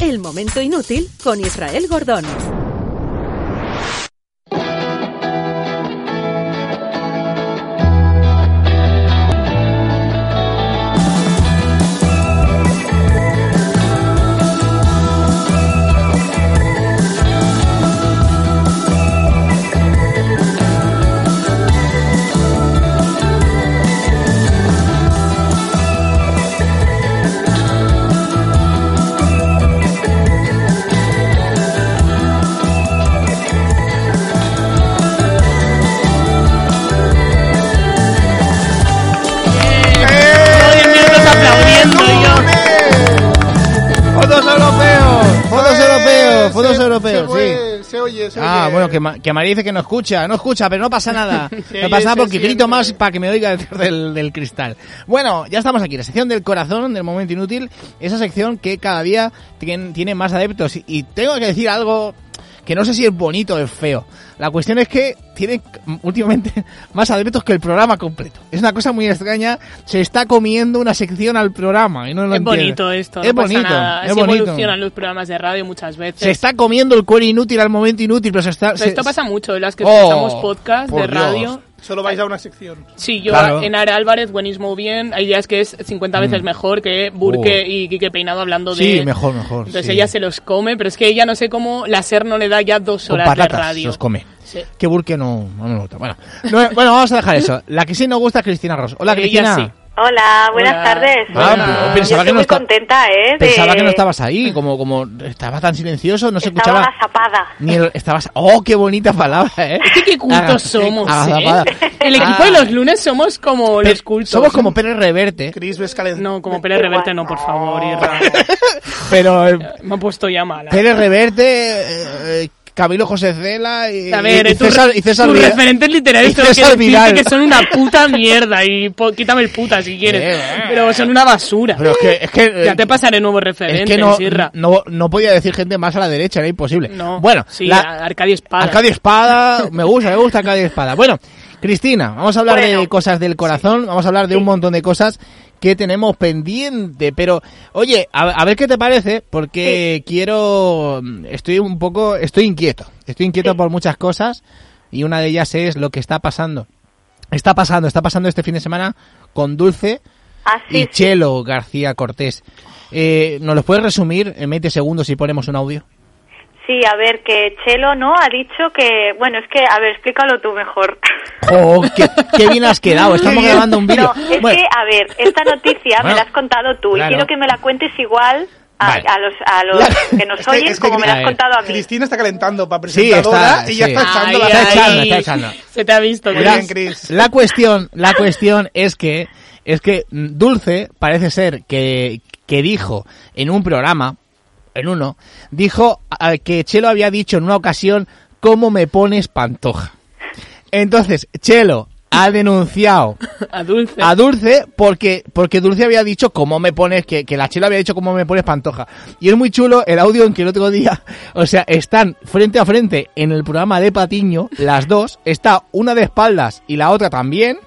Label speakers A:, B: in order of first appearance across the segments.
A: El momento inútil con Israel Gordón.
B: Todo el mundo está aplaudiendo y yo-
C: ¡Fondos europeos!
D: Fondos europeos, fondos
C: Pues, Se-
D: europeos,
C: se puede- Se oye, se
D: Ah,
C: oye.
D: bueno, que, Ma- que María dice que no escucha, no escucha, pero no pasa nada. no
C: oye,
D: pasa nada
C: se
D: porque grito
C: siente.
D: más para que me oiga detrás del, del cristal. Bueno, ya estamos aquí, la sección del corazón, del momento inútil, esa sección que cada día tien- tiene más adeptos. Y- Y tengo que decir algo que no sé si es bonito o es feo. La cuestión es que tiene c- últimamente más adeptos que el programa completo. Es una cosa muy extraña, se está comiendo una sección al programa. Y no lo
B: Es
D: entiendo.
B: bonito esto,
D: es
B: no pasa
D: bonito,
B: nada.
D: es
B: Así
D: bonito.
B: evolucionan los programas de radio muchas veces.
D: Se está comiendo el cuero inútil al momento inútil, pero se está...
B: Pero
D: se-
B: esto pasa mucho, las que
D: Oh,
B: escuchamos podcast
D: por
B: de
D: Dios.
B: radio.
C: Solo vais a una sección.
B: Sí, yo
D: Claro. Mm.
B: en Ara Álvarez, buenísimo bien. Hay días que es 50 veces mejor que Burke
D: Oh.
B: y Quique Peinado hablando de...
D: Sí, mejor, mejor.
B: Entonces
D: sí.
B: ella se los come, pero es que ella no sé cómo la SER no le da ya dos
D: Con
B: horas
D: patatas
B: de radio.
D: los come.
B: Sí.
D: Que Burke no, no me gusta. Bueno, no- eh, bueno, vamos a dejar eso. La que sí nos gusta es Cristina Ross. Hola,
B: Ella
D: Cristina.
B: sí.
E: Hola, buenas
B: Hola.
E: tardes.
B: Ah,
D: pero
B: yo
D: pensaba
E: Yo
D: que
E: estoy
D: no
E: muy
D: esta-
E: contenta, ¿eh? de-
D: Pensaba que no estabas ahí, como, como estaba tan silencioso, no se
E: Estaba
D: escuchaba.
E: agazapada.
D: Ni el- estabas. ¡Oh, qué bonita palabra, eh!
B: Es que qué cultos
D: Aga-
B: somos,
D: agazapada.
B: ¿eh? El equipo
D: Ah,
B: de los lunes somos como
D: pe-
B: los cultos.
D: Somos como Pérez Reverte,
C: Chris Vescalen.
B: No, como Pérez Reverte no, por favor, Irra.
D: pero eh,
B: Me ha puesto ya mala.
D: Pérez Reverte, eh, eh, Camilo José Cela y,
B: A ver,
D: y
B: eh, tus
D: César,
B: re-
D: y César
B: tus
D: Vidal.
B: referentes literarios
D: y
B: tengo que
D: César Vidal.
B: decirte que son una puta mierda y po- quítame el puta si quieres,
D: Eh,
B: pero son una basura.
D: Pero es que, es que, eh,
B: ya te pasaré nuevos
D: Es
B: referentes,
D: que no,
B: Irra.
D: no, no podía decir gente más a la derecha, era imposible.
B: No.
D: bueno,
B: sí,
D: la,
B: Arcadio Espada.
D: Arcadio Espada, me gusta, me gusta Arcadio Espada. Bueno, Cristina, vamos a hablar de
E: Bueno.
D: cosas del corazón, vamos a hablar de un montón de cosas que tenemos pendiente, pero oye, a, a ver qué te parece, porque quiero, estoy un poco, estoy inquieto, estoy inquieto
E: Sí.
D: por muchas cosas y una de ellas es lo que está pasando. Está pasando, está pasando este fin de semana con Dulce,
E: Ah, sí,
D: y
E: sí.
D: Chelo García Cortés. Eh, ¿Nos los puedes resumir en 20 segundos si ponemos un audio?
E: Sí, a ver, que Chelo, ¿no? Ha dicho que... Bueno, es que, a ver, explícalo tú mejor.
D: ¡Oh, qué, qué bien has quedado! Estamos grabando un vídeo.
E: No, es
D: Bueno,
E: que, a ver, esta noticia me
D: Bueno,
E: la has contado tú
D: claro.
E: y quiero que me la cuentes igual a,
D: Vale.
E: a los, a los
D: Claro.
E: que nos
C: Es que-
E: oyen
C: es que
E: como me la
D: a
E: has
D: ver,
E: contado a mí. Ah,
C: Cristina está calentando para
D: Sí, está,
C: presentadora y ya
D: sí.
C: está echando
B: Ay,
C: la
D: Está echando,
B: ay.
D: está echando.
B: Se te ha visto,
C: Muy
B: Chris.
C: bien, Chris.
D: la cuestión, la cuestión es que es que mm, Dulce parece ser que, que dijo en un programa, en uno, dijo a- que Chelo había dicho en una ocasión cómo me pones pantoja. Entonces, Chelo ha denunciado
B: A Dulce.
D: a Dulce porque porque Dulce había dicho cómo me pones que, que la chela había dicho cómo me pones pantoja y es muy chulo el audio en que el otro día o sea están frente a frente en el programa de Patiño las dos está una de espaldas y la otra también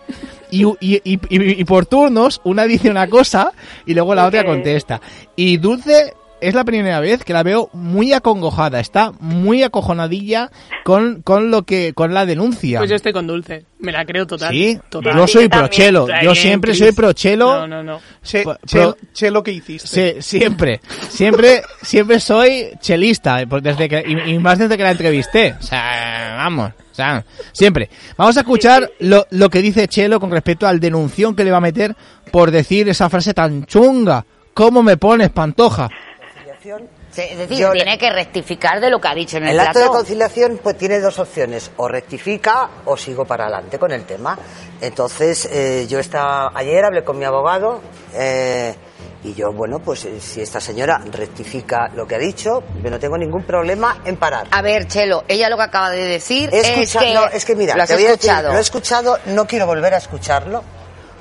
D: y, y- y- y- y por turnos una dice una cosa y luego la otra
E: Ok.
D: contesta y Dulce es la primera vez que la veo muy acongojada está muy acojonadilla con, con lo que con la denuncia
B: Pues yo estoy con Dulce. Me la creo total.
D: Sí,
B: total.
D: yo
E: Sí,
D: soy
E: yo también.
D: prochelo,
B: Está
D: yo
B: bien,
D: siempre
B: Chris.
D: soy prochelo,
B: No, no, no.
C: Che,
D: Pro-
C: che-
D: pro-
C: Chelo, ¿qué hiciste?
D: Sí, siempre, siempre, siempre soy chelista, eh, por- desde que, y, y más desde que la entrevisté. O sea, vamos, o sea, siempre. Vamos a escuchar lo, lo que dice Chelo con respecto al denunción que le va a meter por decir esa frase tan chunga. ¿Cómo me pones, pantoja?
F: Sí, es decir,
G: Yo le-
F: tiene que rectificar de lo que ha dicho en el,
G: El acto de
F: plató.
G: conciliación pues tiene dos opciones, o rectifica o sigo para adelante con el tema. Entonces eh, yo esta, ayer hablé con mi abogado eh, y yo, bueno, pues eh, si esta señora rectifica lo que ha dicho, yo no tengo ningún problema en parar.
F: A ver, Chelo, ella lo que acaba de decir
G: He
F: es
G: escuchado-
F: que...
G: no, es que mira,
F: lo has
G: te voy a decir,
F: escuchado.
G: lo he escuchado, no quiero volver a escucharlo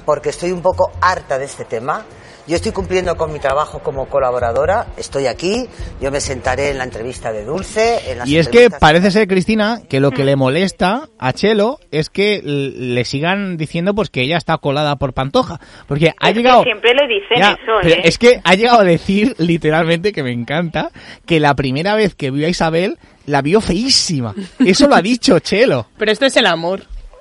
G: porque estoy un poco harta de este tema. Yo estoy cumpliendo con mi trabajo como colaboradora, estoy aquí, yo me sentaré en la entrevista de Dulce. En las
D: Y es que
G: entrevistas- Mm.
D: parece ser, Cristina, que lo que le molesta a Chelo es que l- le sigan diciendo pues que ella está colada por Pantoja. Porque ha
E: Es que
D: llegado...
E: siempre le dicen eso,
D: pero
E: ¿eh?
D: Es que ha llegado a decir, literalmente, que me encanta, que la primera vez que vio a Isabel, la vio feísima. Eso lo ha dicho Chelo.
B: Pero esto es el amor.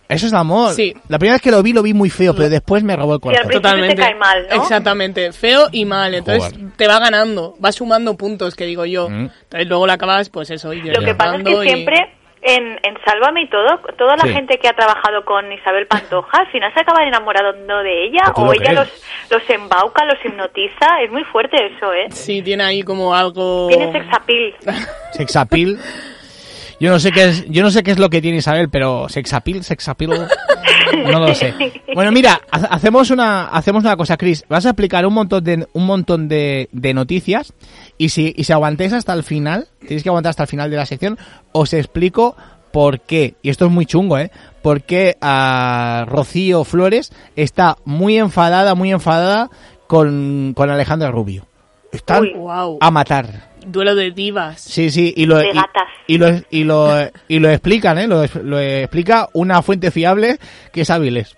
D: Eso es amor.
B: Sí.
D: La primera vez que lo vi, lo vi muy feo, pero después me robó el
E: al
D: corazón.
E: principio-
B: Totalmente.
E: te cae mal, ¿no?
B: Exactamente. Feo y mal. Entonces
H: Joder.
B: te va ganando. Va sumando puntos, que digo yo.
D: Mm.
B: Entonces luego la acabas, pues eso. Y
E: Lo que pasa es que siempre en, en Sálvame y todo, toda la
H: Sí.
E: gente que ha trabajado con Isabel Pantoja, al final se acaban enamorando de ella
H: Pero tú
E: o
H: lo
E: ella los,
H: crees.
E: los embauca, los hipnotiza. Es muy fuerte eso, ¿eh?
B: Sí, tiene ahí como algo...
E: Tiene sexapil.
D: Sexapil. Yo no sé qué es, yo no sé qué es lo que tiene Isabel, pero sexapil, sexapil, no lo sé. Bueno, mira, ha- hacemos una, hacemos una cosa, Chris. Vas a explicar un montón de, un montón de, de noticias y si, y si aguantáis hasta el final, tenéis que aguantar hasta el final de la sección, os explico por qué, y esto es muy chungo, ¿eh? Por qué a Rocío Flores está muy enfadada, muy enfadada con, con Alejandra Rubio. Están
E: Uy.
B: Wow.
D: a matar.
B: Duelo de divas.
D: Sí, sí, y lo,
E: De
D: y,
E: gatas.
D: y lo, y lo, y lo explican, ¿eh? Lo, lo explica una fuente fiable que es Áviles.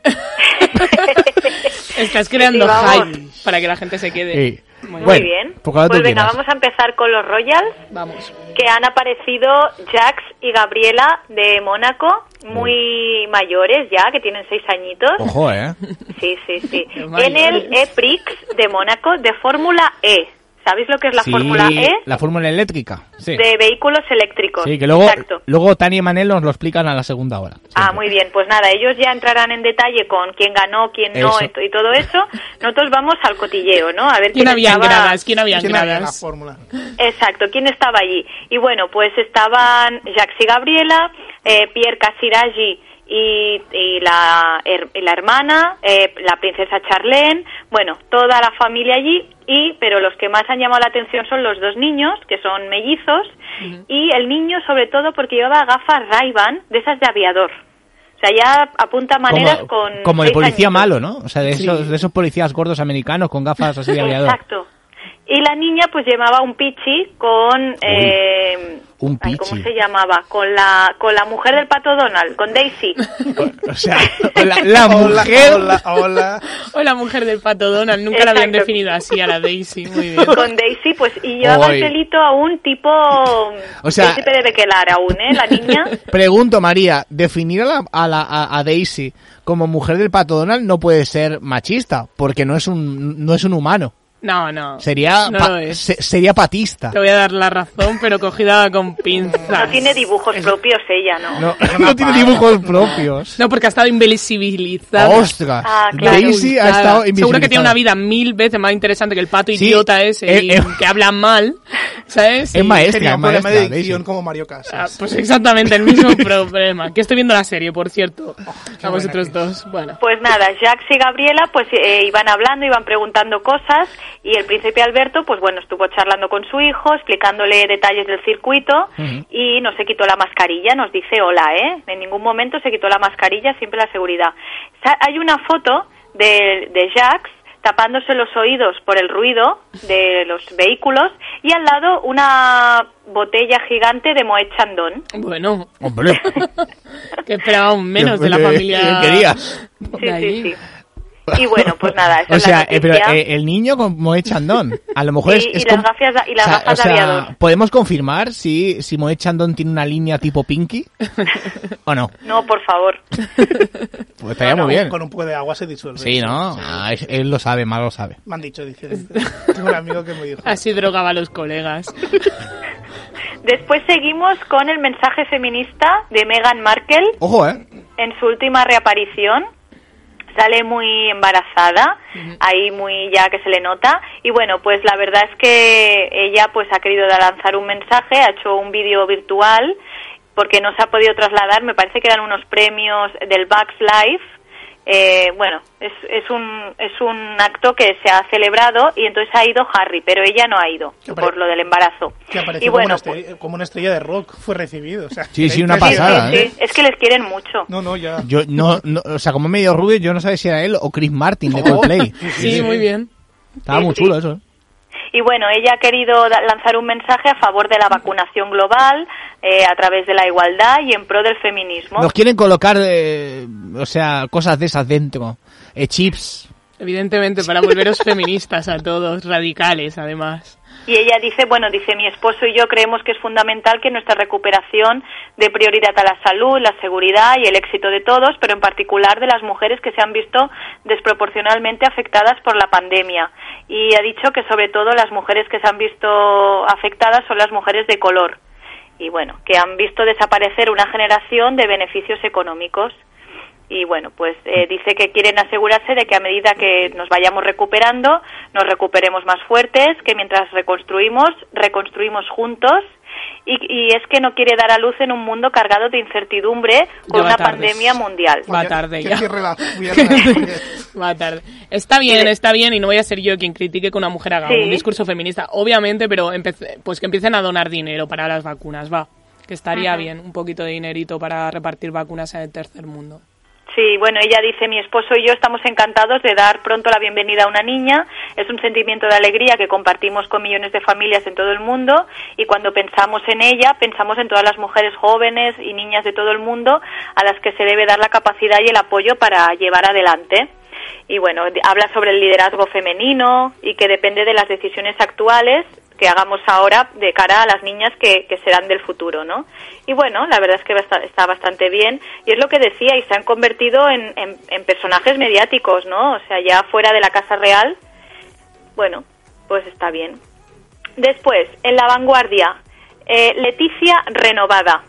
B: Estás creando
E: Sí, vamos.
B: hype para que la gente se quede.
D: Sí.
B: Muy
E: Muy
D: Bueno,
E: bien.
D: pues cuando tú
E: Pues venga,
D: quieras.
E: vamos a empezar con los Royals.
B: bien. Vamos.
E: que han aparecido Jax y Gabriela de Mónaco, muy mayores ya, que tienen seis añitos.
D: Ojo, ¿eh?
E: Sí, sí, sí.
B: Qué
E: En
B: mayores.
E: el E-Prix de Mónaco de Fórmula E. ¿Sabéis lo que es la
D: Sí,
E: Fórmula E?
D: La fórmula eléctrica. Sí.
E: De vehículos eléctricos.
D: Sí, que luego,
E: Exacto.
D: luego Tani y Manel nos lo explican a la segunda hora.
E: Ah,
D: Siempre.
E: muy bien. Pues nada, ellos ya entrarán en detalle con quién ganó, quién no
D: Eso.
E: y to- y todo eso. Nosotros vamos al cotilleo, ¿no? A ver
B: ¿Quién había en
E: estaba-
B: gradas? ¿Quién había en
C: ¿Quién había en la
B: gradas?
C: fórmula?
E: Exacto, ¿quién estaba allí? Y bueno, pues estaban Jacques y Gabriela, eh, Pierre Casiraghi y, y la, her- y la hermana, eh, la princesa Charlene, bueno, toda la familia allí, y pero los que más han llamado la atención son los dos niños, que son mellizos, y el niño sobre todo porque llevaba gafas ray de esas de aviador. O sea, ya apunta maneras
D: Como,
E: con...
D: como de
E: seis
D: policía
E: añitos.
D: malo, ¿no? O sea, de esos, de esos policías gordos americanos con gafas así de aviador.
E: Exacto. Y la niña pues llevaba un pichi con... eh,
D: un
E: ay, ¿Cómo
D: pichi.
E: se llamaba? Con la, con la mujer del pato Donald, con Daisy.
D: O sea, la, la
C: Hola,
D: mujer...
C: hola, hola.
B: O la mujer del pato Donald. Nunca la habían
E: Exacto.
B: definido así a la Daisy. Muy bien.
E: con Daisy, pues, y llevaba
D: Uy.
E: el pelito a un tipo...
D: O sea-
E: príncipe de Bequelar aún, ¿eh? La niña.
D: Pregunto, María, definir a, la- a, la- a- a Daisy como mujer del pato Donald no puede ser machista, porque no es un, no es un humano.
B: No, no.
D: Sería,
B: No
D: pa-
B: lo es.
D: se- sería patista.
B: Te voy a dar la razón, pero cogida con pinzas.
E: No tiene dibujos propios ella, ¿no?
D: No, no tiene dibujos propios.
B: No, porque ha estado invisibilizada.
D: ¡Ostras!
E: Ah, claro.
D: Daisy ha estado
B: Seguro que tiene
D: invisibilizada.
B: una vida mil veces más interesante que el pato
D: Sí,
B: idiota ese
D: eh,
B: y
D: eh.
B: que habla mal, ¿sabes?
D: Es
B: Y-
D: maestra,
C: Tenía
D: es
C: un problema de
D: maestra.
C: dicción
D: Daisy.
C: como Mario Casas.
B: Ah, pues exactamente el mismo problema. Que estoy viendo la serie, por
D: Oh,
B: cierto. a vosotros dos. Bueno.
E: Pues nada, Jax y Gabriela pues eh, iban hablando, iban preguntando cosas y el príncipe Alberto pues bueno, estuvo charlando con su hijo, explicándole detalles del circuito y no se quitó la mascarilla, nos dice hola, ¿eh? En ningún momento se quitó la mascarilla, siempre la seguridad. Sa- hay una foto de, de Jax tapándose los oídos por el ruido de los vehículos y al lado una botella gigante de Moet Chandon.
B: Bueno,
D: Hombre,
B: que esperábamos menos de la
D: que-
B: familia.
D: que querías.
B: de
E: Sí, sí,
B: ahí.
E: sí. Y bueno, pues nada, esa
D: o
E: es
D: sea,
E: la
D: eh, pero
E: noticia.
D: eh, el niño con Moe Chandon, a lo mejor
E: Sí,
D: es, es
E: y las
D: com-
E: gafas da- y las
D: o sea,
E: gafas
D: o sea,
E: de aviador.
D: ¿Podemos confirmar si, si Moe Chandon tiene una línea tipo Pinky? ¿O no?
E: No, por favor.
D: Pues estaría
C: No,
D: muy bien.
C: Con un poco de agua se disuelve.
D: Sí, ¿no? Ah, es- él lo sabe, mal lo sabe.
C: Me han dicho, dice. Tengo un amigo que me dijo.
B: Así drogaba a los colegas.
E: Después seguimos con el mensaje feminista de Meghan Markle
D: Ojo, ¿eh?
E: en su última reaparición. Sale muy embarazada, ahí muy ya que se le nota. Y bueno, pues la verdad es que ella pues ha querido lanzar un mensaje, ha hecho un vídeo virtual porque no se ha podido trasladar, me parece que eran unos premios del Bugs Life. Eh, bueno, es, es, un, es un acto que se ha celebrado y entonces ha ido Harry, pero ella no ha ido
C: Qué
E: por
C: pare-
E: lo del embarazo.
C: Que apareció
E: Y bueno,
C: como, una estrella, como una estrella de rock. Fue recibido. O sea,
D: Sí, sí, una
E: pues- sí, sí,
D: pasada,
E: sí,
D: ¿eh?
E: es que les quieren mucho.
C: No, no, ya.
D: Oh. Yo no, no- o sea, como medio rubio, yo no sabía si era él o Chris Martin de Coldplay.
B: Sí, muy bien.
D: Estaba
E: Sí,
D: muy
E: sí.
D: chulo eso. ¿eh?
E: Y bueno, ella ha querido da- lanzar un mensaje a favor de la vacunación global, eh, a través de la igualdad y en pro del feminismo.
D: Nos quieren colocar, eh, o sea, cosas de esas dentro. Eh, chips.
B: Evidentemente, para volveros feministas a todos, radicales además.
E: Y ella dice, bueno, dice mi esposo y yo creemos que es fundamental que nuestra recuperación dé prioridad a la salud, la seguridad y el éxito de todos, pero en particular de las mujeres que se han visto desproporcionalmente afectadas por la pandemia. Y ha dicho que sobre todo las mujeres que se han visto afectadas son las mujeres de color. Y bueno, que han visto desaparecer una generación de beneficios económicos. Y bueno, pues eh, dice que quieren asegurarse de que a medida que nos vayamos recuperando, nos recuperemos más fuertes, que mientras reconstruimos, reconstruimos juntos. Y, y es que no quiere dar a luz en un mundo cargado de incertidumbre
B: Ya
E: con
B: va
E: una
B: tarde.
E: pandemia mundial.
B: Va
C: Oye,
B: tarde
C: que
B: ya.
C: cierre la cubierta, porque-
B: Va tarde. Está bien, está bien, y no voy a ser yo quien critique que una mujer haga
E: Sí.
B: un discurso feminista, obviamente, pero empece- pues que empiecen a donar dinero para las vacunas, va. Que estaría bien un poquito de dinerito para repartir vacunas en el tercer mundo.
E: Sí, bueno, ella dice, mi esposo y yo estamos encantados de dar pronto la bienvenida a una niña. Es un sentimiento de alegría que compartimos con millones de familias en todo el mundo y cuando pensamos en ella, pensamos en todas las mujeres jóvenes y niñas de todo el mundo a las que se debe dar la capacidad y el apoyo para llevar adelante. Y bueno, de- habla sobre el liderazgo femenino y que depende de las decisiones actuales que hagamos ahora de cara a las niñas que, que serán del futuro, ¿no? Y bueno, la verdad es que basta- está bastante bien. Y es lo que decía, y se han convertido en, en- en personajes mediáticos, ¿no? O sea, ya fuera de la Casa Real, bueno, pues está bien. Después, en la vanguardia, eh, Leticia renovada.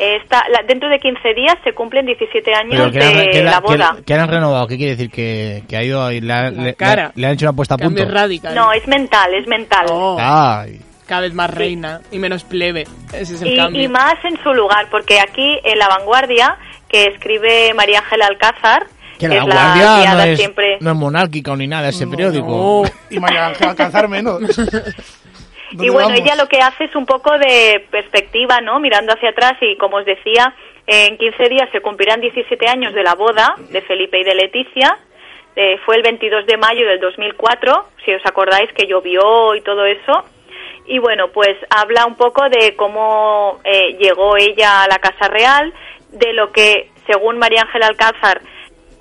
E: Eh, está, la- dentro de 15 días se cumplen 17 años
D: que, han,
E: de
D: que la-
E: la
D: que-
E: boda.
D: que han renovado. ¿Qué quiere decir? Que, que ha ido y le, ha-
B: La
D: le-
B: cara.
D: le- le han hecho una puesta a punto.
B: Cambio radical.
E: No, es mental, es mental.
B: Oh,
D: Ay.
B: cada vez más reina y menos plebe. Ese es el
E: Y,
B: cambio.
E: y más en su lugar, porque aquí en La Vanguardia, que escribe María Ángela Alcázar,
D: Que la
E: que es la
D: guardia no
E: guiada
D: es,
E: siempre.
D: no es monárquica ni nada ese
B: No,
D: periódico.
B: no.
C: Y María Ángela alcanzar menos.
E: Y bueno, ella lo que hace es un poco de perspectiva, ¿no? Mirando hacia atrás y como os decía, en 15 días se cumplirán 17 años de la boda de Felipe y de Leticia. Eh, fue el 22 de mayo del 2004, si os acordáis que llovió y todo eso. Y bueno, pues habla un poco de cómo eh, llegó ella a la Casa Real, de lo que, según María Ángela Alcázar,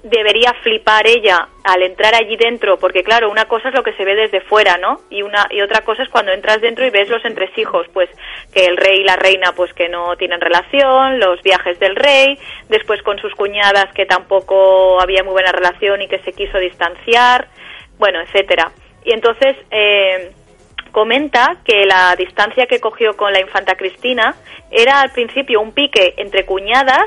E: debería flipar ella al entrar allí dentro, porque claro, una cosa es lo que se ve desde fuera, ¿no? Y una y otra cosa es cuando entras dentro y ves los entresijos, pues que el rey y la reina pues que no tienen relación, los viajes del rey, después con sus cuñadas que tampoco había muy buena relación y que se quiso distanciar, bueno, etcétera. Y entonces eh, comenta que la distancia que cogió con la infanta Cristina era al principio un pique entre cuñadas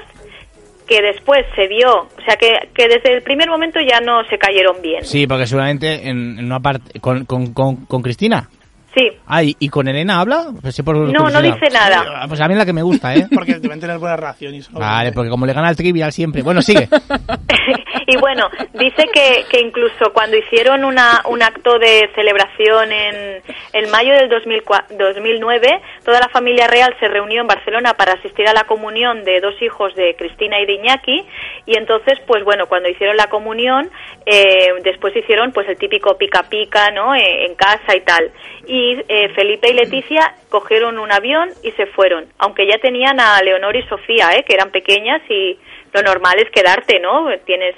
E: que después se vio, o sea, que, que desde el primer momento ya no se cayeron bien.
D: Sí, porque seguramente en, en una parte. Con, con, con, con Cristina.
E: Sí.
D: Ah, ¿y, y con Elena habla? Pues sí, por
E: No, no
D: curiosidad.
E: dice nada.
D: Ah, Pues a mí es la que me gusta, ¿eh?
C: Porque deben tener buena relación y eso.
D: Vale, porque como le gana el trivial siempre. Bueno, sigue.
E: y bueno, dice que, que incluso cuando hicieron una, un acto de celebración en, en mayo del 2004 2009, toda la familia real se reunió en Barcelona para asistir a la comunión de dos hijos de Cristina y de Iñaki. Y entonces, pues bueno, cuando hicieron la comunión, eh, después hicieron pues el típico pica pica, ¿no? Eh, en casa y tal. Y eh, Felipe y Leticia cogieron un avión y se fueron, aunque ya tenían a Leonor y Sofía, ¿eh? Que eran pequeñas y lo normal es quedarte, ¿no? Tienes,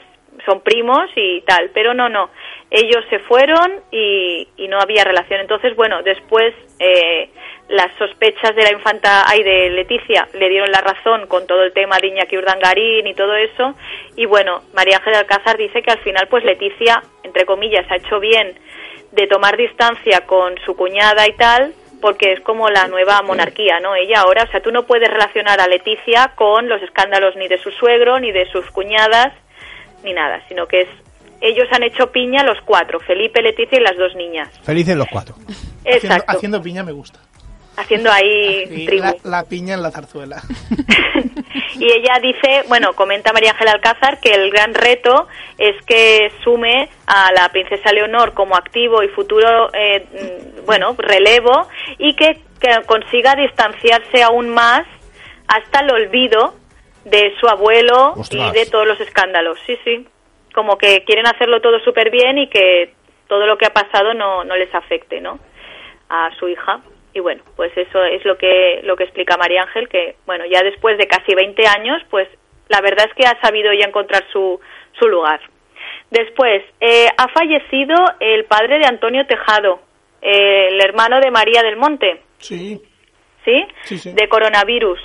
E: son primos y tal, pero no, no. Ellos se fueron y, y no había relación. Entonces, bueno, después eh, las sospechas de la infanta, ay, de Leticia, le dieron la razón con todo el tema de Iñaki Urdangarín y todo eso. Y bueno, María Ángel Alcázar dice que al final, pues Leticia, entre comillas, ha hecho bien de tomar distancia con su cuñada y tal, porque es como la nueva monarquía, ¿no? Ella ahora, o sea, tú no puedes relacionar a Leticia con los escándalos ni de su suegro, ni de sus cuñadas, ni nada, sino que es ellos han hecho piña los cuatro, Felipe, Leticia y las dos niñas.
D: Felices los cuatro.
C: haciendo,
E: Exacto. Haciendo,
C: haciendo piña me gusta.
E: ahí
C: Y
E: tribu.
C: la, la piña en la zarzuela.
E: y ella dice, bueno, comenta María Ángela Alcázar que el gran reto es que sume a la princesa Leonor como activo y futuro, eh, mm, bueno, relevo y que, que consiga distanciarse aún más hasta el olvido de su abuelo
D: Ostras.
E: y de todos los escándalos. Sí, sí. Como que quieren hacerlo todo súper bien y que todo lo que ha pasado no, no les afecte, ¿no? A su hija. Y bueno, pues eso es lo que, lo que explica María Ángel, que bueno, ya después de casi 20 años, pues la verdad es que ha sabido ya encontrar su, su lugar. Después, eh, ha fallecido el padre de Antonio Tejado, eh, el hermano de María del Monte,
C: Sí.
E: ¿sí?
C: Sí, sí.
E: De coronavirus.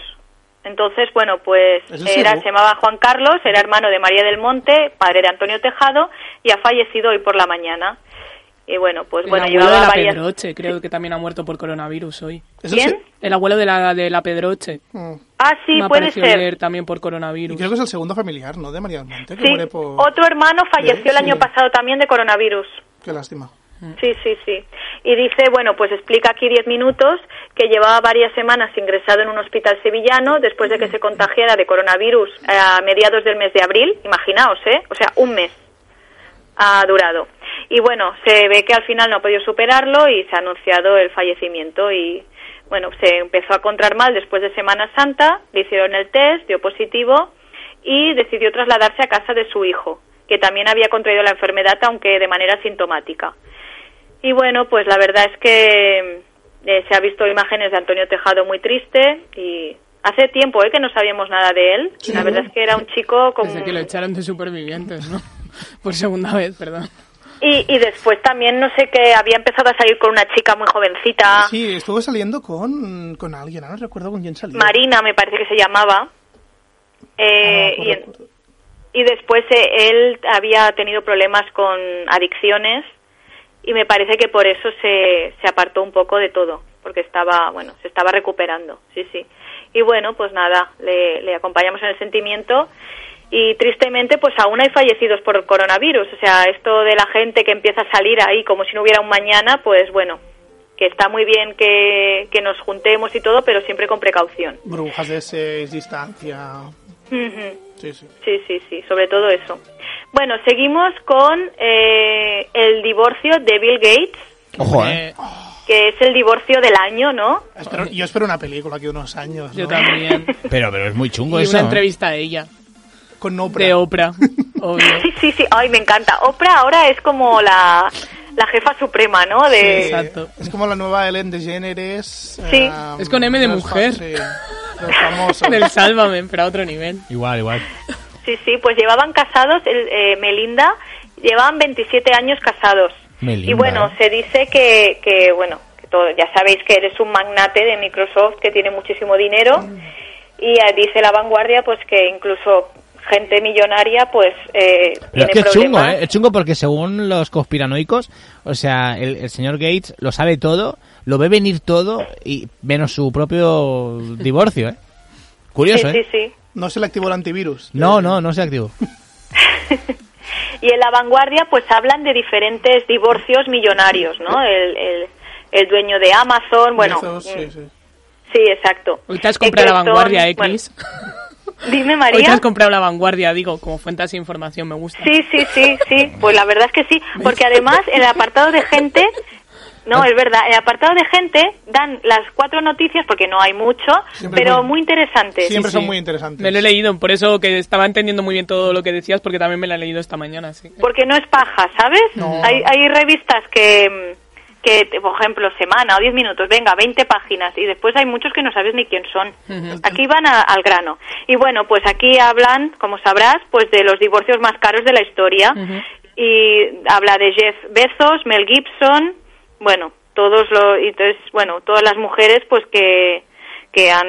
E: Entonces, bueno, pues
C: Eso sí,
E: era,
C: ¿no?
E: se llamaba Juan Carlos, era hermano de María del Monte, padre de Antonio Tejado, y ha fallecido hoy por la mañana. Y bueno, pues
B: El
E: bueno,
B: abuelo de
E: llevaba
B: la
E: varias...
B: Pedroche, creo que también ha muerto por coronavirus hoy.
C: Eso
E: ¿Quién?
C: sí.
B: El abuelo de la, de la Pedroche.
C: Mm.
E: Ah, sí,
B: Me ha
E: puede
B: parecido
E: ser.
B: leer también por
C: Y
B: coronavirus.
C: creo que es el segundo familiar, ¿no? De María del Monte, que
E: Sí,
C: muere por...
E: otro hermano falleció el
C: Sí.
E: año pasado también de coronavirus.
C: Qué lástima.
E: Sí, sí, sí. Y dice, bueno, pues explica aquí 10 minutos que llevaba varias semanas ingresado en un hospital sevillano después de que se contagiara de coronavirus eh, a mediados del mes de abril, imaginaos, ¿eh? O sea, un mes ha durado. Y bueno, se ve que al final no ha podido superarlo y se ha anunciado el fallecimiento y bueno, se empezó a encontrar mal después de Semana Santa, le hicieron el test, dio positivo y decidió trasladarse a casa de su hijo, que también había contraído la enfermedad aunque de manera sintomática. Y bueno, pues la verdad es que eh, se ha visto imágenes de Antonio Tejado muy triste y hace tiempo ¿eh? que no sabíamos nada de él. La verdad es que era un chico con...
B: Desde que lo echaron de supervivientes, ¿no? por segunda vez, perdón.
E: Y, y después también no sé que había empezado a salir con una chica muy jovencita,
C: Sí, estuvo saliendo con, con alguien, ahora no recuerdo con quién salió.
E: Marina me parece que se llamaba. Eh,
C: Ah, no
E: y, en-
C: recuerdo.
E: y después eh, él había tenido problemas con adicciones y me parece que por eso se, se apartó un poco de todo, porque estaba, bueno, se estaba recuperando, sí, sí. Y bueno, pues nada, le, le acompañamos en el sentimiento y tristemente pues aún hay fallecidos por coronavirus, o sea, esto de la gente que empieza a salir ahí como si no hubiera un mañana, pues bueno, que está muy bien que, que nos juntemos y todo, pero siempre con precaución.
C: Burbujas de seis, distancia...
E: Ujú.
C: Sí, sí.
E: Sí, sí, sí, sobre todo eso. Bueno, seguimos con eh, el divorcio de Bill Gates,
D: Ojo, ¿eh?
B: Eh,
E: que es el divorcio del año, ¿no?
C: Espero- yo espero una película aquí de unos años,
B: yo
C: ¿no?
B: también.
D: Pero, pero es muy
B: Y
D: chungo
B: una
D: eso. ¿eh?
B: entrevista a ella,
C: Con no
B: de Oprah, obvio.
E: Sí, sí, sí, ay, me encanta. Oprah ahora es como la, la jefa suprema, ¿no?
B: Sí,
E: De,
B: exacto.
C: Es como la nueva Ellen DeGeneres.
E: Sí.
C: eh,
B: Es con M de
C: los fa-
B: mujer.
C: sí, los famosos.
B: En el Sálvame, pero a otro nivel.
D: Igual, igual.
E: sí, sí, pues llevaban casados, el, eh, Melinda, llevaban 27 años casados.
D: Melinda,
E: Y bueno,
D: ¿eh?
E: se dice que, que bueno, que todo, ya sabéis que eres un magnate de Microsoft que tiene muchísimo dinero y eh, dice la vanguardia pues que incluso gente millonaria pues eh,
D: Pero
E: tiene
D: es que es chungo,
E: problemas.
D: ¿eh? Es chungo porque según los conspiranoicos, o sea, el, el señor Gates lo sabe todo, lo ve venir todo, y menos su propio divorcio, ¿eh? Curioso,
E: Sí, sí,
D: ¿eh?
E: sí.
C: No se le activó el antivirus.
D: No, no, no se activó.
E: Y en La Vanguardia, pues hablan de diferentes divorcios millonarios, ¿no? El, el, el dueño de Amazon, bueno.
C: Bezos, sí,
E: mm,
C: sí.
E: sí, exacto.
B: Hoy te has comprado la
E: Eccleston,
B: vanguardia, ¿eh,
E: bueno.
B: Cris? Hoy
E: dime,
B: te
E: María.
B: has comprado la vanguardia, digo, como fuente de esa información, me gusta.
E: Sí, sí, sí, sí. Pues la verdad es que sí. Porque además, en el apartado de gente. No, es verdad. En el apartado de gente dan las cuatro noticias, porque no hay mucho,
C: Siempre
E: pero
C: bueno.
E: muy interesantes.
C: Siempre son muy interesantes.
B: Me lo he leído, por eso que estaba entendiendo muy bien todo lo que decías, porque también me lo he leído esta mañana, sí.
E: Porque no es paja, ¿sabes?
C: No.
E: Hay, hay revistas que, que, por ejemplo, semana o 10 minutos, venga, 20 páginas, y después hay muchos que no sabes ni quién son. Aquí van a- al grano. Y bueno, pues aquí hablan, como sabrás, pues de los divorcios más caros de la historia. Y habla de Jeff Bezos, Mel Gibson, bueno, todos los, y entonces, bueno, todas las mujeres pues que, que han,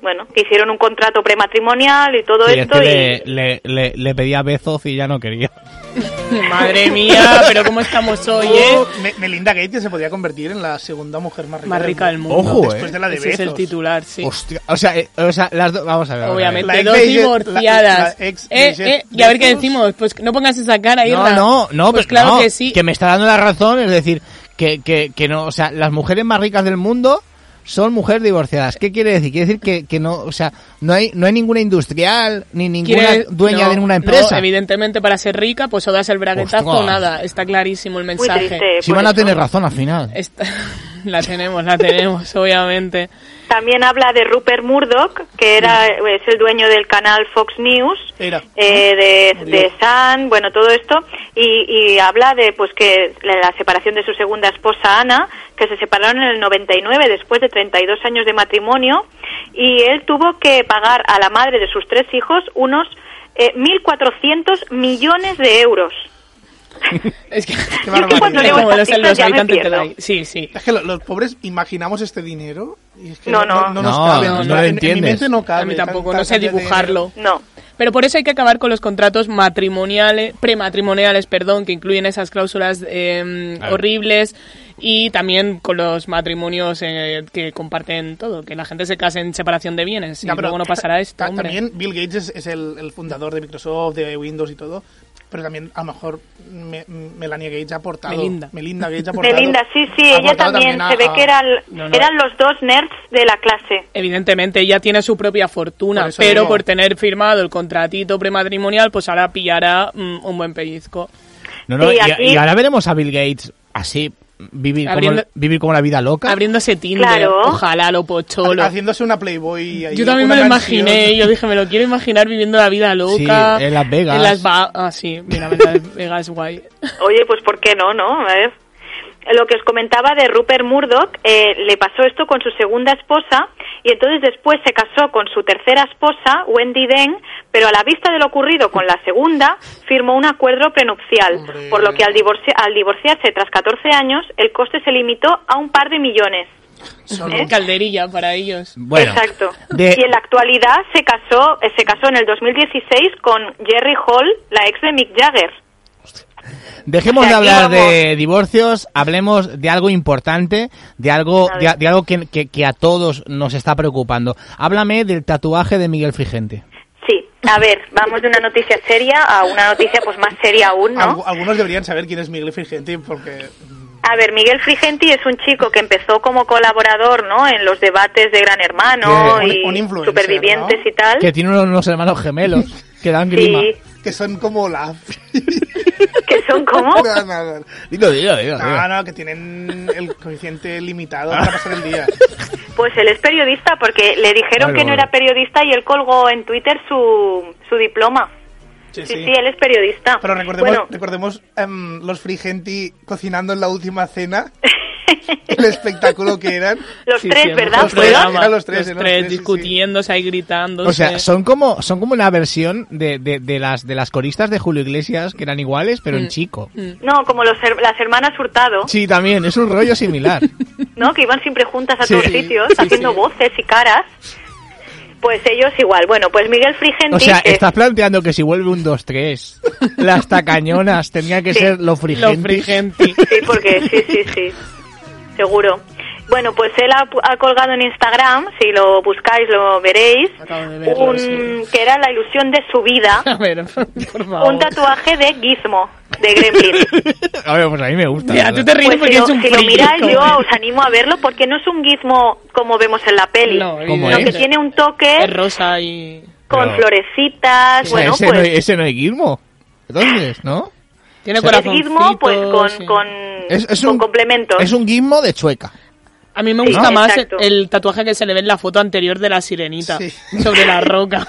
E: bueno, que hicieron un contrato prematrimonial y todo
D: Y es
E: esto.
D: que
E: y-
D: le, le, le, le pedía Bezos y ya no quería.
B: Madre mía, pero cómo estamos hoy, ¿eh?
C: Oh, Me- Melinda Gates que se podía convertir en la segunda mujer más rica,
B: Más rica del mundo.
D: Ojo,
C: Después
D: eh.
C: de la de
B: Ese es el
C: Bezos.
B: titular, sí.
D: Hostia, o sea, eh, o sea, las dos, vamos a ver. vamos a ver.
B: Obviamente,
C: La ex
B: dos
C: de Jeff-
B: divorciadas.
C: la- la ex de
B: eh,
C: Jeff
B: eh, y a ver qué
C: Bezos.
B: decimos. Pues no pongas esa cara,
D: No,
B: Irra.
D: no, no,
B: Pues
D: pero
B: claro
D: no,
B: que sí.
D: me está dando la razón, es decir, que, que, que no, o sea, las mujeres más ricas del mundo son mujeres divorciadas. ¿Qué quiere decir? Quiere decir que, que no, o sea, no hay, no hay ninguna industrial ni ninguna
B: Quiere-
D: dueña
B: no,
D: de ninguna
B: no,
D: empresa.
B: evidentemente, para ser rica, pues o das el braguetazo
D: Ostras.
B: o nada. Está clarísimo el
E: muy
B: mensaje.
E: triste. pues,
D: si
E: por
D: van a
E: eso.
D: tener razón al final.
B: Está- La tenemos, la tenemos, obviamente.
E: También habla de Rupert Murdoch, que era es el dueño del canal Fox News,
C: Era.
E: eh, de,
C: Murió.
E: de Sun, bueno, todo esto, y, y habla de pues que la, la separación de su segunda esposa Ana, que se separaron en el 99 después de 32 años de matrimonio, y él tuvo que pagar a la madre de sus tres hijos unos eh, 1.400 millones de euros.
B: Es que,
C: Qué barbaridad.
B: Es
C: cuando leo
B: como
E: estas
B: los- los
E: cifras ya me
B: habitantes te da
E: pierdo.
B: ahí. Sí, sí.
C: Es que lo- los pobres imaginamos este dinero y es que
E: No, no.
C: nos
D: No,
C: cabe.
D: no
C: En-
D: lo
C: en,
D: entiendes.
C: mi mente no cabe.
B: A mí
C: tan-
B: tampoco,
C: tan
B: no sé
C: cantidad de
B: dibujarlo.
E: No.
B: Pero por eso hay que acabar con los contratos matrimoniales, prematrimoniales, perdón, que incluyen esas cláusulas eh,
D: Claro.
B: horribles y también con los matrimonios eh, que comparten todo, que la gente se case en separación de bienes y
C: Ya, pero
B: luego no pasará esto,
C: ta-
B: hombre.
C: También Bill Gates es, es el, el fundador de Microsoft, de Windows y todo. Pero también, a lo mejor, Me- Melania Gates ha aportado.
B: Melinda.
C: Gates ha aportado.
E: Melinda, sí, sí,
C: ha
E: ella
C: aportado
E: también,
C: a-
E: se ve
C: a-
E: que eran,
B: No, no.
E: eran los dos nerds de la clase.
B: Evidentemente ella tiene su propia fortuna,
C: Por eso
B: pero
C: digo.
B: por tener firmado el contratito prematrimonial, pues ahora pillará mm, un buen pellizco.
D: No, no,
E: Sí,
D: y, a-
E: aquí-
D: y ahora veremos a Bill Gates así, vivir,
B: Abriendo-
D: como, vivir como la vida loca.
B: Abriéndose Tinder,
E: Claro.
B: ojalá lo pocholo.
C: Haciéndose una Playboy. ahí,
B: Yo también me
C: una
B: lo
C: mansión.
B: imaginé, yo dije, me lo quiero imaginar viviendo la vida loca.
D: Sí, en Las Vegas.
B: En las Ba- ah, sí, mira, en Las Vegas, guay.
E: Oye, pues ¿por qué no, no? A ver. Lo que os comentaba de Rupert Murdoch, eh, le pasó esto con su segunda esposa y entonces después se casó con su tercera esposa, Wendy Deng, pero a la vista de lo ocurrido con la segunda, firmó un acuerdo prenupcial,
C: Hombre.
E: por lo que al, divorci- al divorciarse tras 14 años, el coste se limitó a un par de millones.
C: Solo.
E: ¿Eh?
B: Calderilla para ellos.
D: Bueno,
E: Exacto.
D: de-
E: Y en la actualidad se casó, eh, se casó en el 2016 con Jerry Hall, la ex de Mick Jagger.
D: dejemos
E: de
D: de
E: aquí
D: hablar de
E: vamos.
D: divorcios, hablemos de algo importante, de algo,
E: A
D: de,
E: ver.
D: a- de algo que, que- que a todos nos está preocupando. Háblame del tatuaje de Miguel Frigente.
E: Sí, a ver, vamos de una noticia seria a una noticia pues más seria aún,
C: Algu-
E: ¿no?
C: Algunos deberían saber quién es Miguel Frigenti porque
E: A ver, Miguel Frigenti es un chico que empezó como colaborador, ¿no? En los debates de Gran Hermano
C: Que- un-
E: y
C: un influencer,
E: supervivientes
C: ¿no?
E: y tal.
D: Que tiene unos, unos hermanos gemelos que dan grima.
E: Sí,
C: que son como la...
E: que son como...
C: No, no, no.
D: Dilo, dilo, dilo.
C: No, no, que tienen el coeficiente limitado para pasar el día.
E: Pues él es periodista porque le dijeron
D: Claro.
E: que no era periodista y él colgó en Twitter su, su diploma.
C: Sí,
E: Sí, sí, él es periodista.
C: Pero recordemos,
E: Bueno,
C: recordemos em, los Frigenti cocinando en la última cena, el espectáculo que eran.
E: los
B: Sí, sí,
E: tres, ¿verdad?
B: Los
C: fueron?
B: tres,
E: ¿Fueron?
C: Eran los tres, eran los tres, sí, sí.
B: discutiéndose ahí, gritando.
D: O sea, son como, son como una versión de, de, de las, de las coristas de Julio Iglesias que eran iguales, pero
E: Mm.
D: en chico.
E: No, como los her- las hermanas Hurtado,
D: Sí, también, es un rollo similar.
E: ¿no? Que iban siempre juntas a
D: Sí.
E: todos sitios,
B: Sí,
E: haciendo
B: sí.
E: voces y caras. Pues ellos igual. Bueno, pues Miguel Frigenti...
D: O sea,
E: que-
D: estás planteando que si vuelve un 2-3, las tacañonas tendrían que
E: Sí.
D: ser los
B: los
D: frigentes.
B: frigenti.
E: Sí, porque sí, sí, sí. Seguro. Bueno, pues él ha, pu- ha colgado en Instagram, si lo buscáis lo veréis,
B: Acabo de verlo,
E: un-
B: sí.
E: que era la ilusión de su vida,
B: A ver, por favor.
E: un tatuaje de Gizmo, de Gremlin.
D: A ver, pues a mí me gusta.
B: Mira,
D: la
B: tú te
D: verdad.
B: ríes
E: Pues
B: porque
E: si lo,
B: es un
E: si lo
B: friki.
E: miráis, yo os animo a verlo porque no es un gizmo como vemos en la peli,
B: No,
D: ¿Cómo
E: sino que
D: es?
E: tiene un toque
B: Es rosa y...
E: con
D: Pero-
E: florecitas,
D: O sea,
E: bueno,
D: ese,
E: pues
D: no, ese no es Gizmo. Entonces, ¿no?
B: Tiene
D: O sea,
E: es gizmo pues con,
B: corazoncitos y-
E: con,
D: Es, es
E: con
D: un,
E: complementos.
D: Es un Gizmo de chueca.
B: A mí me
E: Sí,
B: gusta más el,
E: exacto.
B: el tatuaje que se le ve en la foto anterior de la sirenita
C: Sí.
B: sobre la roca.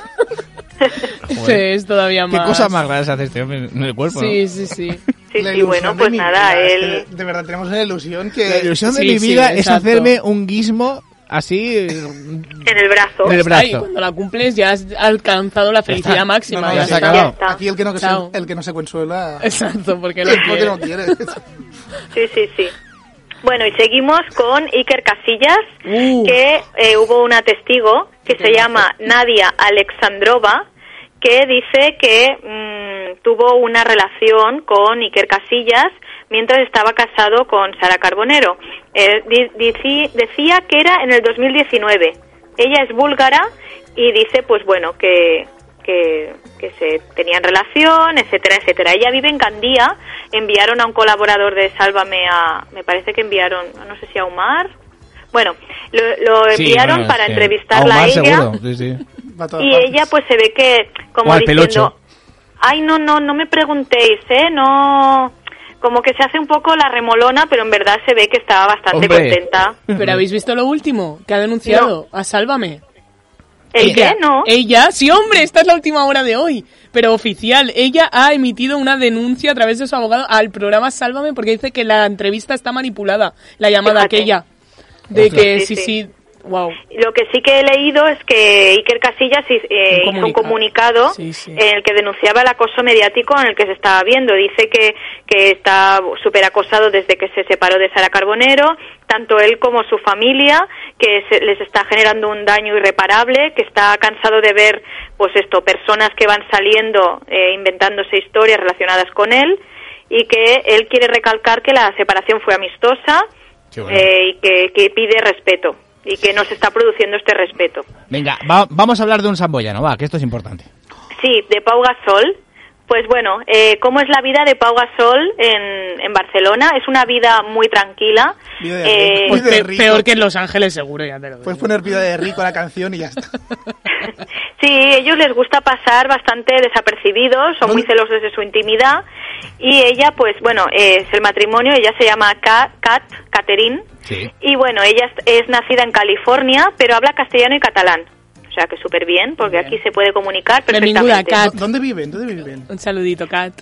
B: Ese es todavía
D: Qué
B: más.
D: cosas más raras hace este hombre en el cuerpo, ¿no?
B: Sí, sí, sí.
E: Sí,
C: La
E: sí,
C: ilusión
E: bueno,
C: de
E: pues
C: mi
E: nada,
C: vida, es que
E: él...
C: de, de verdad, tenemos una ilusión
D: La
C: que...
D: ilusión de
B: Sí,
D: mi
B: sí,
D: vida es
B: exacto.
D: hacerme un Gizmo así eh,
E: En el brazo.
D: en el
B: Ay,
D: brazo.
B: cuando la cumples ya has alcanzado la felicidad
D: está.
B: máxima.
C: No, no,
D: ya
C: sí,
D: se ha acabado.
E: está.
C: Aquí el que no, que se,
B: Chao.
C: el que no se consuela...
B: Exacto, porque lo
C: es porque
B: quiere.
C: no quiere.
E: Sí, sí, sí. Bueno, y seguimos con Iker Casillas,
B: Uh.
E: que eh, hubo una testigo que se llama Nadia Alexandrova, que dice que mm, tuvo una relación con Iker Casillas mientras estaba casado con Sara Carbonero. Eh, di- dici- decía que era en el 2019. Ella es búlgara y dice, pues bueno, que, que, que se tenían relación, etcétera, etcétera. Ella vive en Gandía, enviaron a un colaborador de Sálvame a, me parece que enviaron, no sé si a Omar. Bueno, lo, lo
D: Sí,
E: enviaron
D: bueno,
E: para
D: es que
E: entrevistarla a
D: ahumar
E: ella
D: seguro, sí, sí.
C: Va a todas
E: y
C: partes. Ah,
E: ella pues se ve que
D: O
E: como
D: al
E: diciendo,
D: pelocho.
E: ay no no no me preguntéis, eh, no como que se hace un poco la remolona, pero en verdad se ve que estaba
D: Hombre.
E: bastante contenta.
B: ¿Pero habéis visto lo último? Que ha denunciado a Sálvame.
E: ¿El
B: Ella-
E: qué? No.
B: Ella, sí, hombre, esta es la última hora de hoy. Pero oficial, ella ha emitido una denuncia a través de su abogado al programa Sálvame porque dice que la entrevista está manipulada, la llamada
E: Fíjate.
B: aquella. De
D: Ostras.
B: que sí,
E: Sí,
B: sí, wow.
E: Lo que sí que he leído es que Iker Casillas hi- eh,
B: Un
E: hizo un
B: comunicado.
E: comunicado eh,
B: Sí, sí.
E: en el que denunciaba el acoso mediático en el que se estaba viendo. Dice que, que está súper acosado desde que se separó de Sara Carbonero, tanto él como su familia, que se- les está generando un daño irreparable, que está cansado de ver, pues esto, personas que van saliendo eh, inventándose historias relacionadas con él y que él quiere recalcar que la separación fue amistosa
D: Qué bueno.
E: eh, y que, que pide respeto y que no se está produciendo este respeto.
D: Venga, va- vamos a hablar de un samboyano, va, que esto es importante.
E: Sí, de Pau Gasol. Pues bueno, eh, ¿cómo es la vida de Pau Gasol en, en Barcelona? Es una vida muy tranquila.
C: Vida de
E: Eh,
B: Pues
C: Muy de
B: pe-
C: rico.
B: peor que en Los Ángeles, seguro, ya te lo digo.
D: Pues
C: Puedes poner vida de rico a la canción y ya está.
E: Sí, ellos les gusta pasar bastante desapercibidos, son muy celosos de su intimidad y ella, pues bueno, eh, es el matrimonio, ella se llama Ka- Kat, Catherine
D: Sí.
E: y bueno, ella es, es nacida en California, pero habla castellano y catalán, o sea que súper bien, porque aquí se puede comunicar
B: Benvinguda,
E: perfectamente.
B: Kat.
C: ¿Dónde viven? ¿Dónde viven?
B: Un saludito, Kat.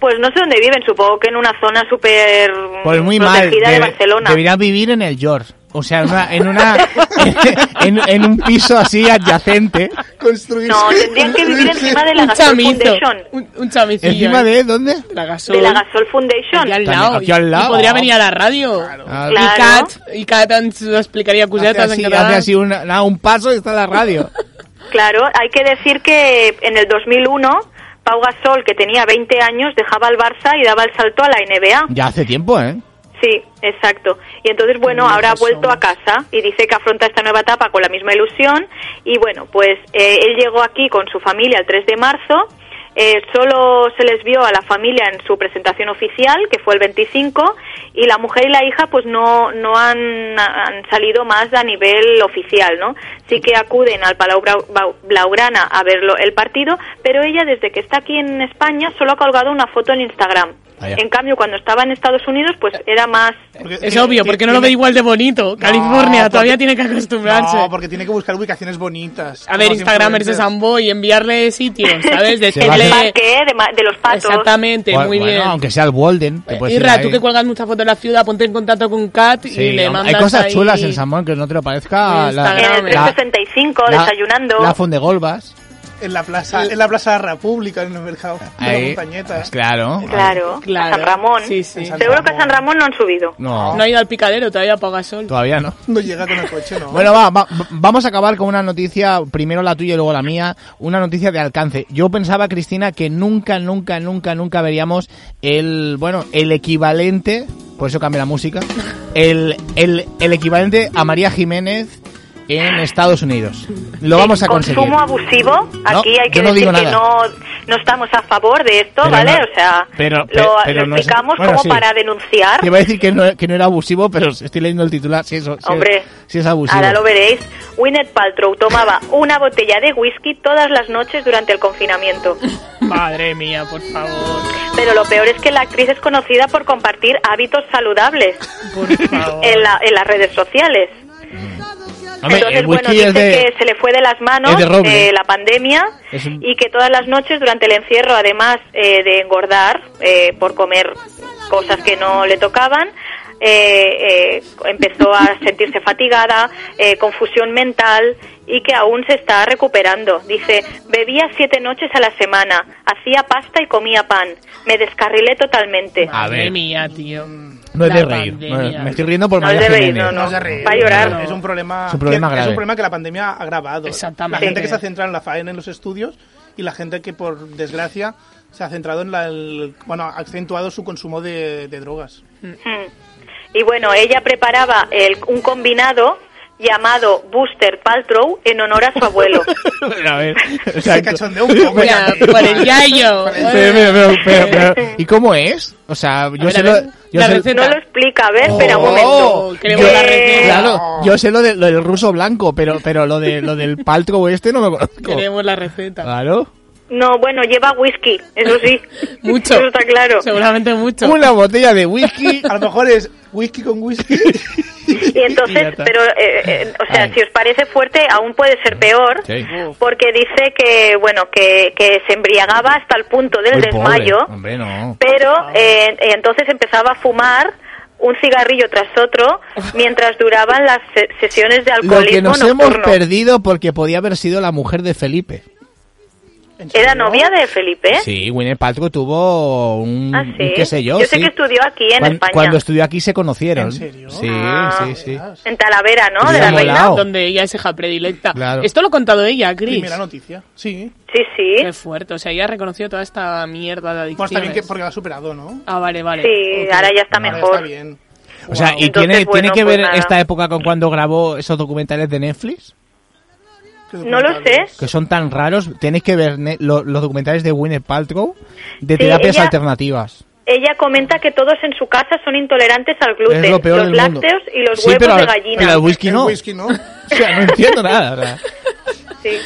E: Pues no sé dónde viven, supongo que en una zona súper
D: Pues muy mal.
E: protegida de
D: debe-
E: Barcelona.
D: Debería vivir en el York. O sea, en una, en, una- en, en un piso así adyacente.
C: Construir.
E: No, tendrían que vivir encima de la
B: un
E: Gasol
B: chamizo.
E: Foundation.
B: Un, un chamicillo.
D: Encima
B: ¿eh?
D: de dónde?
B: la gasol.
E: De la Gasol Foundation.
B: Aquí al
D: También,
B: lado.
D: aquí al
B: Y-
D: lado.
B: Y podría venir a la radio.
D: Ah,
E: Claro.
B: Y Kat, i Kat ens ho explicaria
D: Hace
B: cosetes
D: así,
B: en català.
D: hace así una- nada, un paso y está la radio.
E: Claro, hay que decir que en el 2001 Pau Gasol, que tenía 20 años, dejaba el Barça y daba el salto a la NBA.
D: Ya hace tiempo, ¿eh?
E: Sí, exacto. Y entonces, bueno,
B: Qué
E: ahora ha
B: viejos
E: vuelto
B: somos.
E: a casa y dice que afronta esta nueva etapa con la misma ilusión. Y bueno, pues eh, él llegó aquí con su familia el 3 de marzo. Eh, solo se les vio a la familia en su presentación oficial, que fue el 25, y la mujer y la hija pues no, no han, han salido más a nivel oficial, ¿no? Sí que acuden al Palau Brau- Bau- Blaugrana a ver lo- el partido, pero ella desde que está aquí en España solo ha colgado una foto en Instagram.
D: Vaya.
E: En cambio, cuando estaba en Estados Unidos, pues era más
C: Porque
B: Es
C: tiene-
B: obvio, porque no lo ve
C: tiene-
B: igual de bonito. California
C: porque-
B: todavía tiene que acostumbrarse.
C: No, porque tiene que buscar ubicaciones bonitas.
B: a ver,
C: Como
B: Instagramers de
C: influencers.
B: Sambo y enviarle sitios, ¿sabes?
D: Se va a
E: del
B: Decirle...
D: hacer-
E: parque, de, ma- de los patos.
B: Exactamente,
D: Bueno,
B: muy
D: bueno,
B: bien. Eh,
D: aunque sea el Walden. te puedes ir
B: Irra,
D: ahí.
B: tú que cuelgas muchas fotos de la ciudad, ponte en contacto con Kat
D: Sí,
B: y le
D: hombre,
B: mandas
D: Hay cosas
B: ahí-
D: chulas en Samón que no te lo parezca.
B: En
E: En el
B: Instagram,
D: la-
E: 365,
D: la-
E: desayunando.
D: La Fondegolvas.
C: En la plaza,
E: Eh.
C: en la plaza de la República, en el mercado de la
D: Ahí.
C: montañeta.
D: Pues claro.
E: claro,
B: Claro.
E: a San Ramón.
B: Sí, sí.
C: San
E: Seguro que a
C: Ramón.
E: San Ramón no han subido.
D: No,
B: No ha ido al picadero, todavía apaga sol.
D: todavía no.
C: No llega con el coche, ¿no?
D: Bueno, va, va- vamos a acabar con una noticia, primero la tuya y luego la mía, una noticia de alcance. Yo pensaba, Cristina, que nunca, nunca, nunca, nunca veríamos el, bueno, el equivalente, por eso cambia la música, el, el, el equivalente a María Jiménez en Estados Unidos. Lo vamos a conseguir.
E: Consumo abusivo, aquí hay que
D: yo no
E: decir
D: digo
E: que
D: nada.
E: no, no estamos a favor de esto,
D: Pero
E: ¿vale?
D: no-
E: o sea,
D: pero-
E: lo,
D: pe- pero
E: lo
D: no es-
E: explicamos
D: bueno,
E: como
D: sí.
E: para denunciar.
D: Te iba a decir que no, que no era abusivo, pero estoy leyendo el titular, si eso,
E: Hombre,
D: si es abusivo.
E: ahora lo veréis. Winnet Paltrow tomaba una botella de whisky todas las noches durante el confinamiento.
B: Madre mía, por favor.
E: Pero lo peor es que la actriz es conocida por compartir hábitos saludables
B: Por favor.
E: en, la- en las redes sociales.
D: Hombre,
E: Entonces,
D: el
E: bueno,
D: whisky
E: dice
D: es de-
E: que se le fue de las manos
D: es de roble.
E: eh, la pandemia
D: Es un-
E: y que todas las noches durante el encierro, además eh, de engordar eh, por comer cosas que no le tocaban, eh, eh, empezó a sentirse fatigada, eh, confusión mental y que aún se está recuperando. Dice, bebía siete noches a la semana, hacía pasta y comía pan, me descarrilé totalmente.
D: A
B: Madre
D: ver.
B: mía, tío.
D: No es de
B: La
D: reír. no es-
B: pandemia.
D: me estoy riendo por
E: No es
D: María
E: de reír,
D: Jiménez.
E: no, no.
C: No se ríe.
E: Va a llorar.
C: Es un problema,
D: Es un problema
C: que,
D: grave.
C: un problema que la pandemia ha agravado.
B: Exactamente.
C: La gente que
B: Sí.
C: se ha centrado en la faena en los estudios y la gente que, por desgracia, se ha centrado en la. el- bueno, ha accentuado su consumo de, de drogas.
E: Mm. Y bueno, ella preparaba el- un combinado llamado Booster Paltrow en honor a su abuelo.
D: a ver.
C: Se cachondea un poco.
B: Mira,
C: ya, pero-
B: por el yayo.
C: Por el-
D: Pero, pero, pero, pero, pero, eh. ¿Y cómo es? O sea, yo
B: ver,
D: sé
B: a
D: lo.
B: ver,
D: Yo
B: la
D: sé,
B: receta.
E: No lo explica, a ver, espera un
B: Oh,
E: momento.
B: queremos
E: Eh,
B: la receta.
D: Claro, yo sé lo, de, lo del ruso blanco, pero, pero lo, de, lo del paltro este no lo conozco.
B: Queremos la receta.
D: Claro.
E: No, bueno, lleva whisky, eso sí.
B: Mucho.
E: Eso está claro.
B: Seguramente mucho.
D: Una botella de whisky.
C: A lo mejor es whisky con whisky.
E: Y
D: Y ya
E: entonces,
D: está.
E: pero, eh, eh, o sea,
D: Ay.
E: si os parece fuerte, aún puede ser peor,
D: Sí.
E: porque dice que, bueno, que, que se embriagaba hasta el punto del
D: Uy, pobre.
E: desmayo,
D: Hombre, no.
E: pero eh, entonces empezaba a fumar un cigarrillo tras otro mientras duraban las se- sesiones de
D: Lo que
E: alcoholismo
D: nos hemos
E: nocturno.
D: perdido porque podía haber sido la mujer de Felipe.
C: ¿En serio?
E: ¿Era novia de Felipe?
D: Sí, Gwyneth Paltrow tuvo un,
E: ¿Eh? Ah, sí.
D: un qué sé yo.
E: Yo sé
D: sí.
E: que estudió aquí en
D: Cuan-
E: España.
D: Cuando estudió aquí se conocieron.
C: ¿En serio?
D: Sí,
E: Ah.
D: sí, sí.
E: En Talavera, ¿no?
D: Hubiera
E: De la reina.
D: molao.
B: Donde ella es hija predilecta.
D: Claro.
B: Esto lo ha contado ella, Chris.
C: Primera noticia, sí.
E: Sí, sí.
B: Qué fuerte. O sea, ella ha reconocido toda esta mierda de
C: Pues
B: adicciones.
C: también que porque la ha superado, ¿no?
B: Ah, vale, vale.
E: Sí,
B: Ok.
E: ahora ya está
C: Ahora
E: mejor.
C: está bien.
D: O sea, ¿y
E: Entonces,
D: tiene,
E: bueno,
D: tiene que
E: pues
D: ver
E: nada.
D: esta época con cuando grabó esos documentales de Netflix?
C: Qué
E: No lo sé.
C: documentales.
D: Que son tan raros. Tenéis que ver ne- lo- los documentales de Gwyneth Paltrow de
E: Sí,
D: terapias
E: ella-
D: alternativas.
E: Ella comenta que todos en su casa son intolerantes al gluten,
D: Es lo peor
E: los
D: del mundo.
E: lácteos y los
D: Sí,
E: huevos
D: pero
E: de
D: al-
E: gallina.
D: pero al whisky
C: El
D: no.
C: whisky no.
D: O sea, no entiendo nada. o sea.
E: Sí.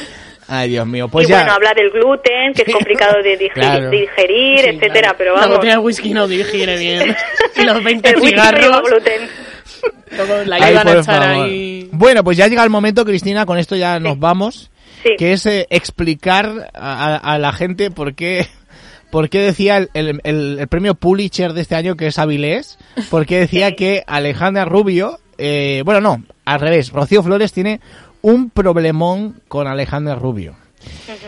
D: Ay, Dios mío. Pues
E: y
D: ya.
E: bueno, habla del gluten, que es complicado de dig-
D: Claro.
E: digerir,
C: Sí,
E: etcétera, pero
B: La
E: vamos.
B: botella de whisky no digiere bien. Y los 20
E: el whisky no lleva
B: cigarros.
E: gluten.
B: luego la
D: Ay,
B: iban a
D: por
B: echar
D: favor.
B: ahí.
D: Bueno, pues ya llega el momento, Cristina, con esto ya nos vamos,
E: Sí.
D: que es eh, explicar a, a- a la gente por qué, por qué decía el, el- el- el premio Pulitzer de este año, que es Avilés, por qué decía que Alejandra Rubio, eh, bueno, no, al revés, Rocío Flores tiene un problemón con Alejandra Rubio.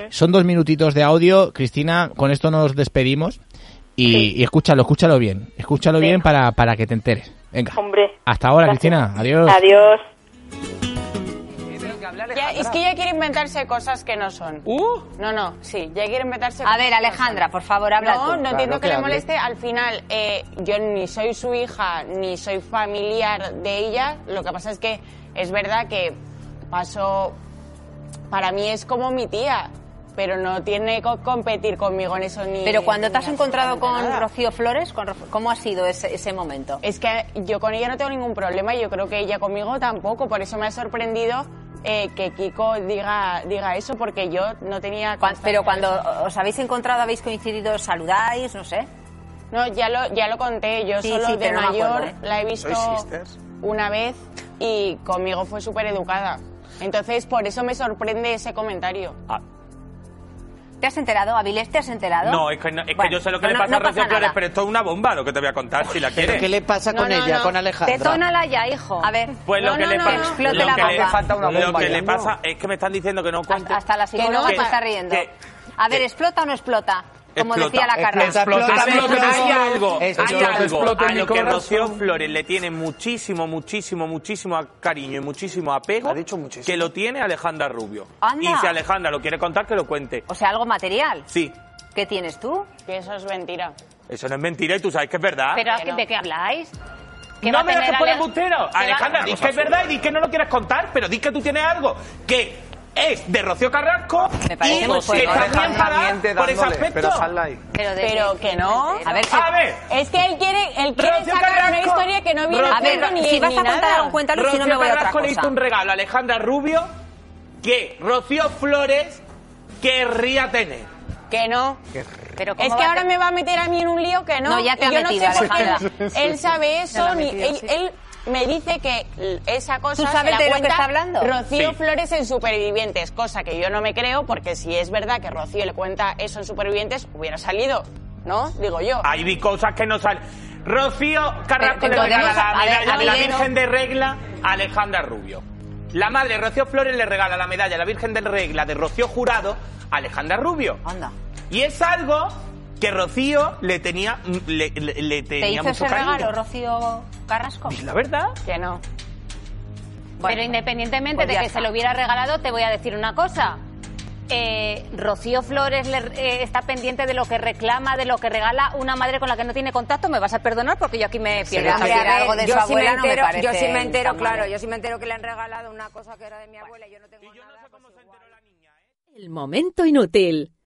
D: Son dos minutitos de audio, Cristina, con esto nos despedimos y, y escúchalo, escúchalo bien, escúchalo bien para, para que te enteres. Venga.
E: Hombre.
D: Hasta ahora, Cristina. Adiós.
E: Adiós.
H: Ya- es que ya quiere inventarse cosas que no son. No, no, sí, ya quiere inventarse
F: A
H: cosas
F: ver,
H: que no
F: Alejandra,
H: son.
F: por favor, habla
H: No,
F: tú.
H: no entiendo que, le moleste. Al final, eh, yo ni soy su hija, ni soy familiar de ella. Lo que pasa es que es verdad que pasó... Para mí es como mi tía, pero no tiene que competir conmigo en eso ni...
F: Pero cuando te has
H: ni
F: encontrado con
H: absolutamente nada.
F: Rocío Flores, con Ro- ¿cómo ha sido ese, ese momento?
H: Es que yo con ella no tengo ningún problema y yo creo que ella conmigo tampoco. Por eso me ha sorprendido eh, que Kiko diga, diga eso, porque yo no tenía.
F: Cuan-
H: constancia
F: Pero
H: de
F: cuando
H: eso.
F: os habéis encontrado, habéis coincidido, saludáis, no sé.
H: No, ya lo, ya lo conté. Yo
F: Sí,
H: solo
F: sí,
H: de
F: pero no me
H: mayor
F: acuerdo, ¿eh?
H: la he visto una vez y conmigo fue súper educada. Entonces, por eso me sorprende ese comentario.
I: Ah,
F: ¿Te has enterado, Avilés? ¿Te has enterado?
I: No, es que, no- es que
F: Bueno,
I: yo sé lo que
F: no,
I: le
F: no-
I: pasa
F: no
I: a Rocío
F: pasa
I: Flores,
F: nada.
I: pero esto es una bomba lo que te voy a contar, si la quieres.
J: ¿Qué le pasa
H: No,
J: con
H: no,
J: ella,
H: no.
J: con Alejandra?
F: Detónala ya, hijo. A ver.
I: Pues lo
H: No,
I: que
H: no,
I: le
H: no,
I: pasa...
H: no.
F: Explote
I: lo
F: la
I: que le-
F: bomba.
J: Falta una
I: Lo
J: bomba
I: que
J: ya,
I: le
J: ¿no?
I: pasa es que me están diciendo que no cuente...
F: Hasta, hasta la psicóloga
H: Que no,
F: se está
H: que-
F: riendo.
I: que-
F: a ver, ¿explota o no explota? Como
I: Explota,
F: decía la Carla.
J: explota.
I: Hay algo,
J: explota,
I: hay algo,
J: explota,
I: hay algo
J: explota
I: a
J: mi
I: lo que
J: corazón.
I: Rocío Flores le tiene muchísimo, muchísimo, muchísimo a- cariño y muchísimo apego
J: Ha dicho muchísimo.
I: que lo tiene Alejandra Rubio.
F: Anda.
I: Y si Alejandra lo quiere contar, que lo cuente.
F: O sea, algo material.
I: Sí,
F: ¿Qué tienes tú?
H: Que eso es mentira. Ah,
I: eso no es mentira y tú sabes que es verdad.
F: ¿Pero
H: que no.
F: de qué habláis? ¿Qué va
I: no
F: a
I: me lo
F: tener
I: que pone
F: Ale-
I: Bustero.
F: ¿Qué va-
I: Alejandra, di que es verdad y di que no lo quieres contar, pero di que tú tienes algo que es de Rocío Carrasco
F: Me parece
I: y
F: muy
I: que
F: fuerte.
I: estás bien
J: Alejandra
I: parada
J: miente
I: por ese
J: dándole, Pero
I: aspecto.
J: salda ahí.
F: Pero, de
H: Pero
F: qué-
H: que no.
F: A ver, si-
I: A ver,
H: Es que él quiere, él quiere
I: Rocío
H: sacar una
I: Carrasco.
H: historia que no viene
I: Rocío
H: a
F: a ver,
H: ni,
F: si vas
H: ni
F: a contar
H: nada.
F: algo, cuéntalo, si no me
I: Rocío
F: voy a otra
I: Carrasco le
F: cosa.
I: hizo un regalo a Alejandra Rubio que Rocío Flores querría tener.
H: Que no.
F: Pero ¿cómo
H: Es que
F: va a
H: ahora
F: ser?
H: me va a meter a mí en un lío que no.
F: No, ya te
H: Y
F: ha
H: yo
F: metido,
H: no sé por qué
F: Alejandra.
H: él- él sabe eso, ni, él, él me dice que l- esa cosa
F: ¿Tú sabes de
H: se la
F: lo que
H: cuenta
F: está hablando?
H: Rocío
I: Sí.
H: Flores en Supervivientes, cosa que yo no me creo, porque si es verdad que Rocío le cuenta eso en Supervivientes, hubiera salido, ¿no? Digo yo.
I: Ahí vi cosas que no salen. Rocío Carrasco
F: Pero
I: le
F: podemos-
I: regala la
F: a ver,
I: medalla
F: a
I: de la
F: ver,
I: Virgen de Regla a Alejandra Rubio. La madre de Rocío Flores le regala la medalla de la Virgen de Regla de Rocío Jurado a Alejandra Rubio.
F: Anda.
I: Y es algo que Rocío le tenía, le, le- le
F: ¿Te
I: tenía
F: hizo
I: mucho
F: ese
I: cariño.
F: regalo, Rocío Carrasco?
I: La verdad.
H: Que no.
K: Pero independientemente
F: pues
K: de
F: ya
K: que
F: está.
K: se lo hubiera regalado, te voy a decir una cosa. Eh, Rocío Flores le- eh, está pendiente de lo que reclama, de lo que regala una madre con la que no tiene contacto. Me vas a perdonar porque yo aquí me
F: Sí,
K: pierdo.
F: hombre, a ver, yo sí me entero- yo sí me entero, claro,
H: yo sí me entero que le han regalado una cosa que era de mi abuela y yo no tengo nada.
A: El momento inútil.